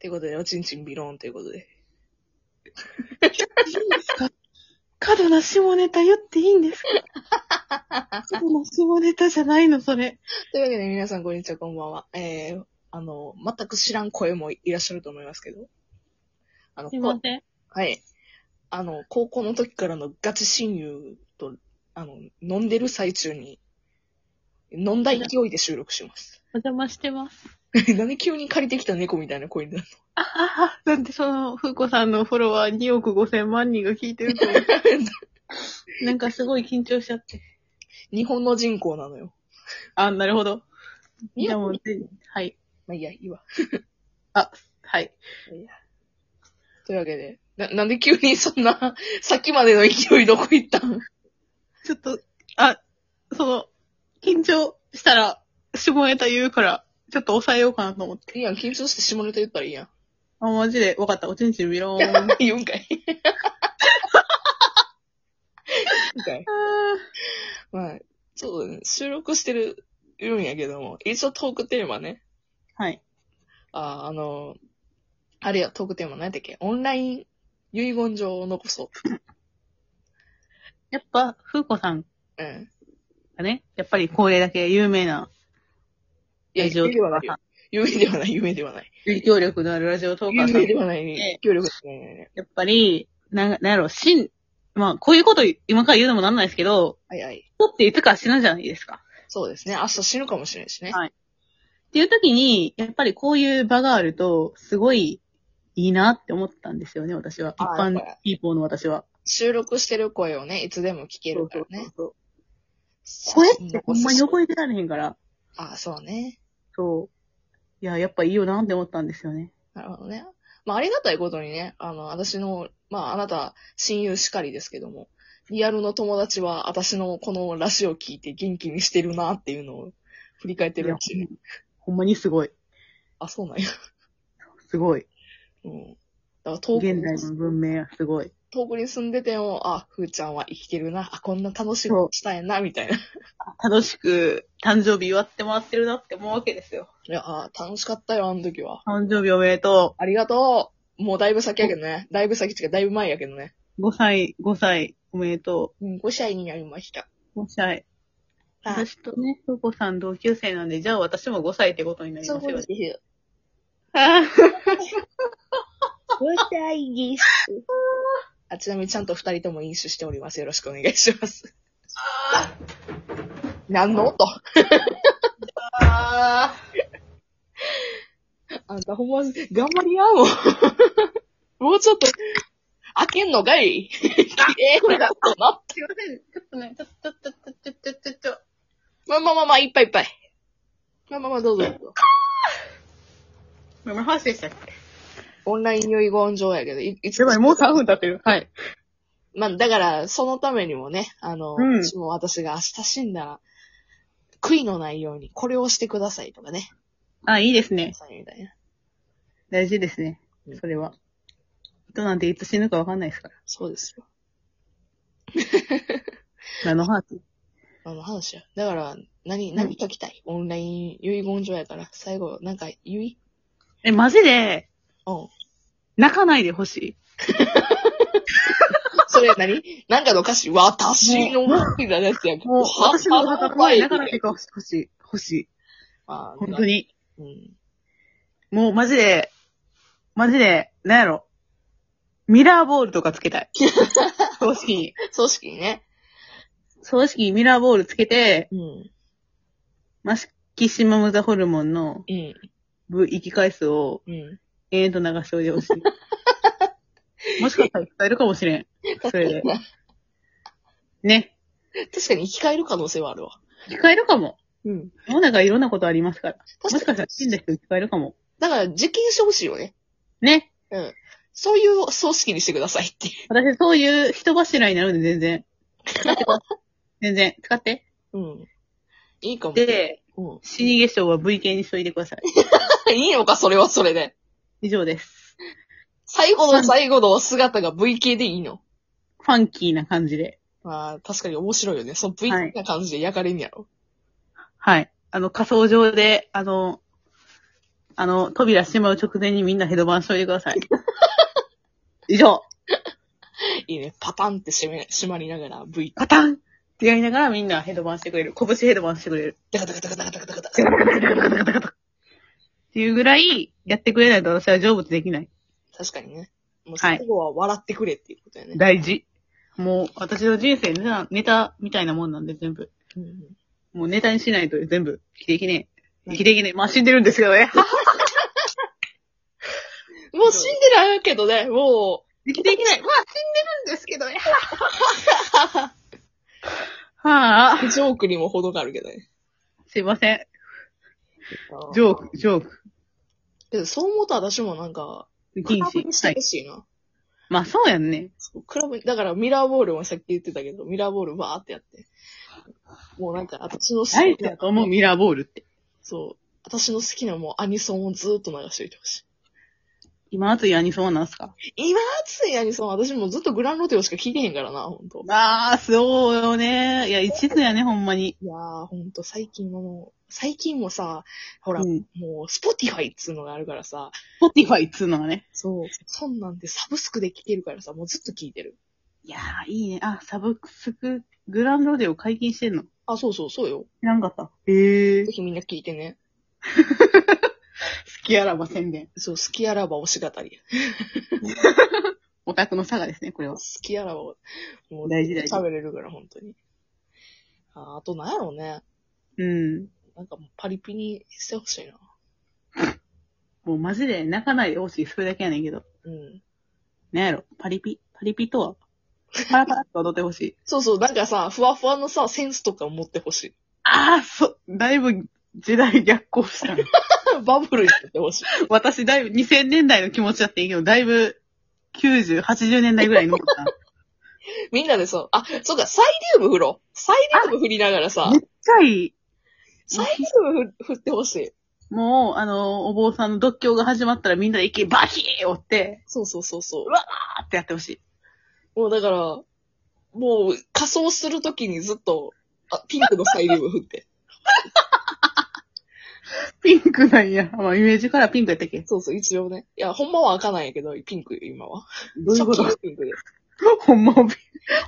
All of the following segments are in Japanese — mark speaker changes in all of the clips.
Speaker 1: ということで、おちんちんビローンということで。
Speaker 2: いいんですか過度な下ネタ言っていいんですか過度な下ネタじゃないの、それ。
Speaker 1: というわけで、皆さん、こんにちは、こんばんは。えー、あの、全く知らん声もいらっしゃると思いますけど。あの、
Speaker 2: すい
Speaker 1: こ
Speaker 2: ません。
Speaker 1: はい。あの、高校の時からのガチ親友と、あの、飲んでる最中に、飲んだ勢いで収録します。
Speaker 2: お邪魔してます。
Speaker 1: なんで急に借りてきた猫みたいな声になる
Speaker 2: ああ、なんでその、ふうこさんのフォロワー2億5千万人が聞いてると思う なんかすごい緊張しちゃって。
Speaker 1: 日本の人口なのよ。
Speaker 2: あ、なるほど。
Speaker 1: い
Speaker 2: じゃ
Speaker 1: や
Speaker 2: あもう、ぜはい。
Speaker 1: まあ、いいや、いいわ。
Speaker 2: はい。
Speaker 1: というわけで、な、なんで急にそんな、さっきまでの勢いどこ行ったん
Speaker 2: ちょっと、あ、その、緊張したら、下ネタ言うから、ちょっと抑えようかなと思って。
Speaker 1: いいやん、緊張して下ネタ言ったらいいやん。
Speaker 2: あ、マジで、わかった。おちんちんビローン。 あ
Speaker 1: 言うんかい。言うんかい。まあ、そうだね。収録してる、言うんやけども、一応トークテーマね。
Speaker 2: ーはい。
Speaker 1: あ、あの、あれや、トークテーマ何やったっけオンライン遺言状を残そ
Speaker 2: やっぱ、ふうこさん
Speaker 1: う。うん。
Speaker 2: がね、やっぱりこれだけ有名な、
Speaker 1: いや、
Speaker 2: ラジオ
Speaker 1: 夢
Speaker 2: と
Speaker 1: では
Speaker 2: か
Speaker 1: ないよ。夢ではない、夢ではない。
Speaker 2: 影響力のあるラジオトーカーさ
Speaker 1: 夢で
Speaker 2: ん。
Speaker 1: はない
Speaker 2: え、
Speaker 1: 協力してないね。
Speaker 2: やっぱり、なんなんやろ、死ん、まあ、こういうこと今から言うのもなんないですけど、
Speaker 1: はいはい。
Speaker 2: 人っていつか死ぬじゃないですか。
Speaker 1: そうですね。明日死ぬかもしれんしね。
Speaker 2: はいっていう時に、やっぱりこういう場があると、すごいいいなって思ったんですよね、私は。一
Speaker 1: あー
Speaker 2: 般
Speaker 1: やっぱ
Speaker 2: ピーポーの私は。
Speaker 1: 収録してる声をね、いつでも聞けるからね。
Speaker 2: そう
Speaker 1: そ
Speaker 2: そうう声ってほんまに覚えてられへんから。
Speaker 1: あ、そうね。
Speaker 2: そう。いや、やっぱいいよなって思ったんですよね。
Speaker 1: なるほどね。まあ、ありがたいことにね、あの、私の、まあ、あなた、親友しかりですけども、リアルの友達は、私のこのラジオ聞いて元気にしてるなっていうのを振り返ってるらしい
Speaker 2: い
Speaker 1: ね
Speaker 2: や。ほんまにすごい。
Speaker 1: あ、そうなんや。
Speaker 2: すごい。
Speaker 1: うん。だから遠く
Speaker 2: 現代
Speaker 1: に、
Speaker 2: の文明はすごい。
Speaker 1: 遠くに住んでても、あ、ふーちゃんは生きてるな、あ、こんな楽しいことしたいな、みたいな。い
Speaker 2: 楽しく誕生日祝ってもらってるなって思うわけですよ。
Speaker 1: や、あ、楽しかったよ、あの時は。
Speaker 2: 誕生日おめでと
Speaker 1: ありがとう。もうだいぶ先やけどね。だいぶ先っていうか、だいぶ前やけどね。
Speaker 2: う。5歳、5歳おめでと
Speaker 1: うん、5歳になりました。
Speaker 2: う。5歳。
Speaker 1: はい。
Speaker 2: 私とね、ふうこさん同級生なんで、じゃあ私も5歳ってことになります
Speaker 1: そう
Speaker 2: よ
Speaker 1: で
Speaker 2: ね
Speaker 1: す。よ。
Speaker 2: あー
Speaker 1: ご歳です。 あ、ちなみにちゃんと二人とも飲酒しております。よろしくお願いします。何の音
Speaker 2: あ
Speaker 1: あんたほん ま、頑張りやもう。もうちょっと、開けんのかい ええな、こな。
Speaker 2: ーすいません。ちょっとね、ちょっと、ちょっと、ちょっと、ちょっと、ちょっと。
Speaker 1: まあまあまあまあ、いっぱいいっぱい。まあまあまあ、どうぞどうぞ。
Speaker 2: これ話でしたっけ
Speaker 1: オンライン遺言状やけど、いいつ
Speaker 2: やばい、もう3分経ってる。はい。
Speaker 1: まあ、だから、そのためにもね、あの、
Speaker 2: うん
Speaker 1: もしも私が明日死んだら、悔いのないように、これをしてくださいとかね。
Speaker 2: あ、いいですね。
Speaker 1: みたいな。
Speaker 2: 大事ですね。それは。人なんていつ死ぬかわかんないですから。
Speaker 1: そうですよ。
Speaker 2: 何の話
Speaker 1: あの話や。だから、何、何書きたい、オンライン遺言状やから、最後、なんか言い
Speaker 2: え、マジで、
Speaker 1: うん。
Speaker 2: 泣かないでほしい。
Speaker 1: それ 何なんかの歌詞、私のみたいなやつやんか
Speaker 2: もう、私の裸の前に泣かないで
Speaker 1: か。
Speaker 2: ほしい。欲しい。
Speaker 1: まあ、
Speaker 2: 本当に。
Speaker 1: うん。
Speaker 2: もう、マジで、マジで、なんやろ。ミラーボールとかつけた い。葬式に。
Speaker 1: 組織にね。
Speaker 2: 葬式にミラーボールつけて、
Speaker 1: うん。
Speaker 2: マスキシマムザホルモンの
Speaker 1: うん。
Speaker 2: ぶ生き返すを
Speaker 1: うん。
Speaker 2: 延々と流しておいてほし い。もしかしたら使えるかもしれん。それで。ね。
Speaker 1: 確かに生き返る可能性はあるわ。
Speaker 2: 使えるかも。
Speaker 1: うん。
Speaker 2: 世の中いろんなことありますから。も
Speaker 1: 確
Speaker 2: し
Speaker 1: か
Speaker 2: か
Speaker 1: に。
Speaker 2: したら死んだ人使えるかも。
Speaker 1: だから、受験してほしいよね。
Speaker 2: ね。
Speaker 1: うん。そういう組織にしてください って。
Speaker 2: 私そういう人柱になるんで全然。使ってこ全然。使って。
Speaker 1: うん。いいかも。
Speaker 2: で、
Speaker 1: うん。
Speaker 2: 死に化粧は V 系にしといてください。
Speaker 1: いいのか、それはそれで。
Speaker 2: 以上です。
Speaker 1: 最後の最後の姿が V 系でいいの。
Speaker 2: ファンキーな感じで。
Speaker 1: まあ、確かに面白いよね。その V
Speaker 2: はい
Speaker 1: な感じで焼かれんやろ。
Speaker 2: はい。あの、仮想上で、あの、あの、扉閉まる直前にみんなヘドバンしといてください。以上、
Speaker 1: いいね。パタンって閉め、閉まりながら V。
Speaker 2: パタンってやりながらみんなヘドバンしてくれる。拳ヘドバンしてくれる。
Speaker 1: ダカダカダカダカダカダ
Speaker 2: ガ
Speaker 1: カ。
Speaker 2: タガタガタガタガタガタガタっていうぐらい、やってくれないと私は成仏できない。
Speaker 1: 確かにね。もう
Speaker 2: はい
Speaker 1: 最後は笑ってくれっていうことやね。
Speaker 2: 大事。もう、私の人生ネタ、ネタみたいなもんなんで全部。
Speaker 1: うんうん
Speaker 2: もうネタにしないと全部、生きていけねえ。生きていけねえ。まあ死んでるんですけどね。
Speaker 1: もう死んでるけどね、もう。
Speaker 2: 生きていけない。まあ死んでるんですけどね。はあ、
Speaker 1: ジョークにも程があるけどね。
Speaker 2: すいません。ジ
Speaker 1: ジョ
Speaker 2: ョーク、ジョーク。
Speaker 1: けどそう思うと私もなんか、ク
Speaker 2: 禁
Speaker 1: ラブ
Speaker 2: 止
Speaker 1: に。し
Speaker 2: は
Speaker 1: てほ。
Speaker 2: い
Speaker 1: しいな。
Speaker 2: まあそうやんね。
Speaker 1: そうクラブ、だからミラーボールもさっき言ってたけど、ミラーボールバーってやって。もうなんか私の好
Speaker 2: 大
Speaker 1: き
Speaker 2: 事だ
Speaker 1: な、
Speaker 2: と思う、ミラーボールって。
Speaker 1: そう。私の好きなもうアニソンをずーっと流しておいてほし
Speaker 2: 今熱いアニソンは何すか
Speaker 1: い。今熱いアニソン、私もうずっとグランロテオしか聞いてへんからな、ほんと。
Speaker 2: ああ、そうよね。いや、一途やね、ほんまに。
Speaker 1: いやー、ほんと最近はもう、最近もさ、ほら、
Speaker 2: うん。
Speaker 1: もう、スポティファイっつうのがあるからさ、
Speaker 2: スポティファイっつうのはね。
Speaker 1: そう、そんなんでサブスクで聴けるからさ、もうずっと聴いてる。
Speaker 2: いやー、いいね。あ、サブスク、グランドロデオ解禁してんの。知
Speaker 1: あ、そうそう、そうよ。
Speaker 2: らんかった。ええ
Speaker 1: ぜひみんな聴いてね。
Speaker 2: 好きあらば宣伝。
Speaker 1: そう、好きあらば推し語り。
Speaker 2: オタクの差がですね、これは
Speaker 1: 好。きあらばを、もう、
Speaker 2: 大事大事
Speaker 1: 喋れるから、本当に。あーあと、なんやろうね。
Speaker 2: うん。
Speaker 1: なんかもう、パリピにしてほしいな。
Speaker 2: もうマジで泣かないでほしい、それだけやねんけど。
Speaker 1: うん。
Speaker 2: なんやろ、パリピパリピとは、パラパラっと踊ってほしい。
Speaker 1: そうそう、なんかさ、ふわふわのさ、センスとか持ってほしい。
Speaker 2: ああ、そう、だいぶ時代逆行した な。
Speaker 1: バブルになってほしい。
Speaker 2: 私、だいぶ2000年代の気持ちだっていいけど、だいぶ90、80年代ぐらいに乗ったな。
Speaker 1: みんなでさ、あ、そうか、サイリウム振ろう。サイリウム振りながらさ
Speaker 2: めっ、ちゃいい。
Speaker 1: サイリウム振振ってほしい。
Speaker 2: もう、あの、お坊さんの独協が始まったらみんなで一気にバキー折って、
Speaker 1: そうそうそうそう
Speaker 2: あーってやってほしい。
Speaker 1: う。もうだから、もう仮装するときにずっと、あ、ピンクのサイリウム振って。
Speaker 2: ピンクなんや。まあ、イメージからピンクやったっけ
Speaker 1: そうそう、一応ね。いや、ほんまは赤なんやけど、ピンクよ、今は。
Speaker 2: どういうこと
Speaker 1: 初期のピンクで。
Speaker 2: ほんま、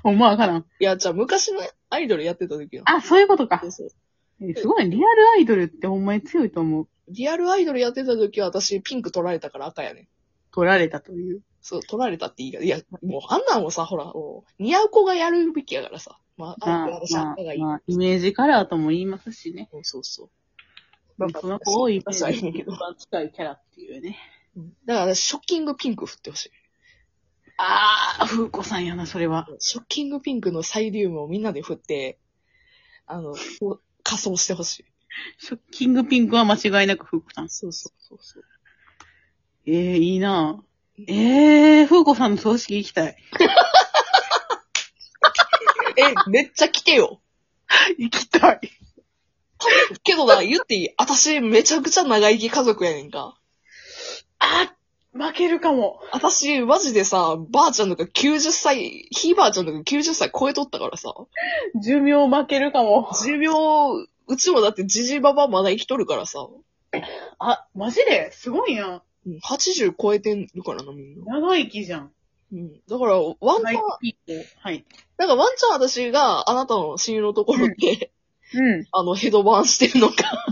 Speaker 2: ほんまわからん。
Speaker 1: いや、じゃあ昔のアイドルやってた時の。
Speaker 2: あ、そういうことか
Speaker 1: そ。うそう。
Speaker 2: えすごい、リアルアイドルってほんまに強いと思う。
Speaker 1: リアルアイドルやってた時は私、ピンク取られたから赤やね。
Speaker 2: 取られたという。
Speaker 1: そう、取られたっていいが、いや、もうあんなんもさ、ほら、もう似合う子がやるべきやからさ。まあ、
Speaker 2: ま
Speaker 1: あ
Speaker 2: あ、
Speaker 1: ん私は
Speaker 2: まあ
Speaker 1: 赤がいい。
Speaker 2: まあイメージカラーとも言いますしね。
Speaker 1: そうそうそう。
Speaker 2: その子をイメー
Speaker 1: 私
Speaker 2: ジ
Speaker 1: は
Speaker 2: に
Speaker 1: いいねんけ
Speaker 2: 一
Speaker 1: ど。
Speaker 2: 番近いキャラっていうね。
Speaker 1: だから、ショッキングピンク振ってほしい。
Speaker 2: あー、風子さんやな、それは。
Speaker 1: ショッキングピンクのサイリウムをみんなで振って、あの、こう仮装してほしい。
Speaker 2: ショッキングピンクは間違いなく風子さん。
Speaker 1: そうそうそうそう。
Speaker 2: えー、いいなえー、風子さんの葬式行きたい。
Speaker 1: え、めっちゃ来てよ。
Speaker 2: 行きたい。
Speaker 1: けどな、言っていい私、めちゃくちゃ長生き家族やねんか。
Speaker 2: あ負けるかも。
Speaker 1: 私、マジでさ、ばあちゃんとか90歳、ひいばあちゃんとか90歳超えとったからさ。
Speaker 2: 寿命負けるかも。
Speaker 1: 寿命、うちもだってじじばばまだ生きとるからさ。
Speaker 2: あ、マジですごいな。
Speaker 1: うん80超えてるからな、みんな。
Speaker 2: 長生きじゃん。
Speaker 1: うん。だから、ワンチャン、
Speaker 2: い。はい。
Speaker 1: なんかワンチャン私があなたの親友のところで、
Speaker 2: うん。
Speaker 1: あの、ヘドバンしてるのか。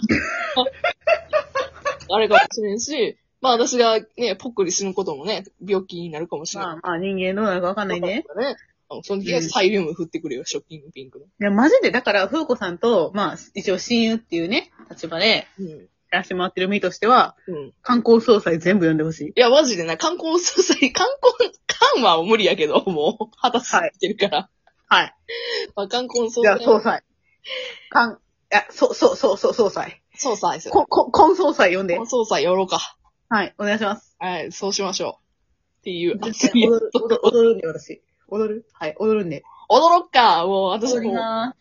Speaker 1: あれかもしれんし、まあ私がね、ぽっくり死ぬこともね、病気になるかもしれ
Speaker 2: まあ
Speaker 1: ない。
Speaker 2: まあ人間どうなるかわかんないね。
Speaker 1: だからね。あのその時はサイリウム振ってくれよ、ショッキングピンクの。
Speaker 2: いや、マジで、だから、風子さんと、まあ、一応親友っていうね、立場で、
Speaker 1: うん。
Speaker 2: やらしてもらってる身としては、
Speaker 1: うん。
Speaker 2: 観光総裁全部読んでほしい。
Speaker 1: いや、マジでな、観光総裁、観光、観は無理やけど、もう、果たしてるから。
Speaker 2: はい。
Speaker 1: まあ、観光総
Speaker 2: じゃあ、
Speaker 1: 裁。
Speaker 2: 総裁。観、いや、そう、そう、そう、そう、総裁。
Speaker 1: 総裁ですよ。
Speaker 2: こ、こ、コン総裁読んで
Speaker 1: 観。光総裁やろうか。
Speaker 2: はい、お願いします。
Speaker 1: はい、そうしましょう。っていう。あ
Speaker 2: 踊る、踊る、踊るんで、私。踊るはい、踊るんで。
Speaker 1: 踊ろっか。もう、私
Speaker 2: 踊る
Speaker 1: も、
Speaker 2: な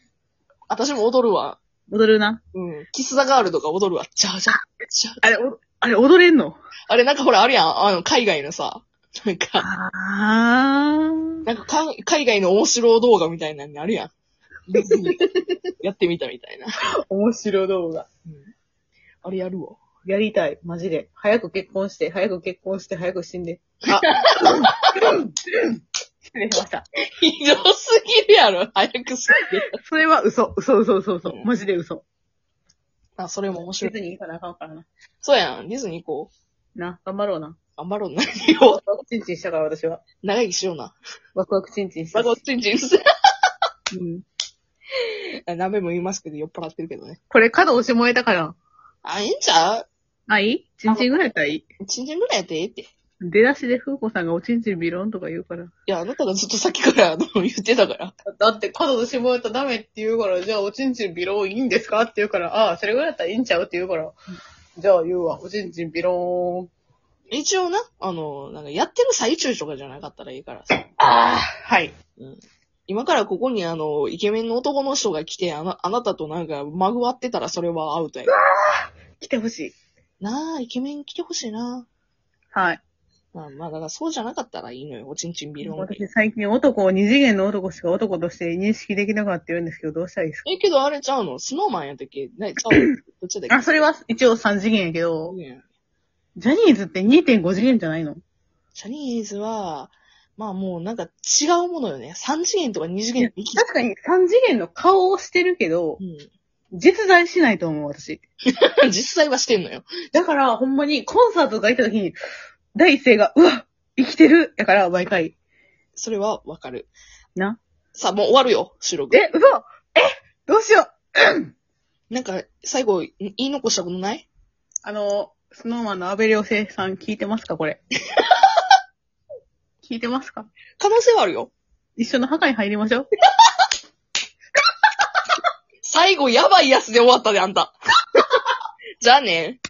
Speaker 1: 私も踊るわ。
Speaker 2: 踊るな。
Speaker 1: うん。キスザガールとか踊るわ。ちゃうちゃう。ちゃう
Speaker 2: あれ、おあれ、踊れんの
Speaker 1: あれ、なんかほら、あるやん。あの、海外のさ、なんか、
Speaker 2: あー。
Speaker 1: なんかかん海外の面白動画みたいなのあるや ん。ディズニーやってみたみたいな。
Speaker 2: 面白動画。
Speaker 1: あれやるわ。
Speaker 2: やりたい。マジで。早く結婚して、早く結婚して、早く死んで。 あ、失礼しました。
Speaker 1: ひどすぎるやろ、早くすぎる。
Speaker 2: それは嘘。嘘嘘嘘嘘。マジで嘘。
Speaker 1: あ、それも面白い。
Speaker 2: 別に行かなあかんからな。
Speaker 1: そうやん、ディズニー行こう。
Speaker 2: な、頑張ろうな。
Speaker 1: 頑張ろうな。
Speaker 2: ワクワクチンチンしたから私は。
Speaker 1: 長生きしような。
Speaker 2: ワクワクチンチンした
Speaker 1: バゴ
Speaker 2: し。
Speaker 1: チンチン す
Speaker 2: うん。
Speaker 1: 鍋も言いますけど、酔っ払ってるけどね。
Speaker 2: これ角押し燃えたから。
Speaker 1: あ、いいんちゃう
Speaker 2: あ、いいチンチンぐらいやったらいい。
Speaker 1: チンチンぐらいやってええって。い
Speaker 2: 出だしで風子さんがおちんちんビロンとか言うから。
Speaker 1: や、あなたがずっとさっきからあの言ってたから。
Speaker 2: だって角押し燃えたらダメって言うから、じゃあおちんちんビロンいいんですかって言うから、ああ、それぐらいやったらいいんちゃうって言うから。じゃあ言うわ、おちんちんビローン。
Speaker 1: 一応な、あの、なんかやってる最中とかじゃなかったらいいからさ。
Speaker 2: ああ、はい。
Speaker 1: 今からここにあの、イケメンの男の人が来て、あなあなたとなんか、まぐわってたらそれはアウトや。
Speaker 2: 来てほしい。
Speaker 1: なあ、イケメン来てほしいな。
Speaker 2: はい。
Speaker 1: まあまあ、だからそうじゃなかったらいいのよ。おちんちんビロンで。
Speaker 2: 私最近男を二次元の男しか男として認識できなかったって言うんですけど、どうしたらいいですか
Speaker 1: え、けどあれちゃうのスノーマンやったっけね、ちゃうのどっちだっけ
Speaker 2: あ、それは一応3次元やけど、
Speaker 1: ね
Speaker 2: ジャニーズって2.5次元じゃないの
Speaker 1: ジャニーズは、まあもうなんか違うものよね。3次元とか2次元で生き
Speaker 2: 確かに3次元の顔をしてるけど、
Speaker 1: う
Speaker 2: 実在しないと思う、私。
Speaker 1: ん。実際はしてんのよ。
Speaker 2: だから、ほんまにコンサートとか行った時に、第一声が、うわ生きてるやから、毎回。
Speaker 1: それはわかる。
Speaker 2: な。
Speaker 1: さあ、もう終わるよ、収録。
Speaker 2: え、嘘えどうしよう
Speaker 1: なんか、最後、い言い残したことない
Speaker 2: あの、スノーマンの安倍良生さん聞いてますかこれ。 聞いてますか
Speaker 1: 可能性はあるよ。
Speaker 2: 一緒の墓に入りましょう。
Speaker 1: 最後、やばいやつで終わったで、あんた。じゃあね。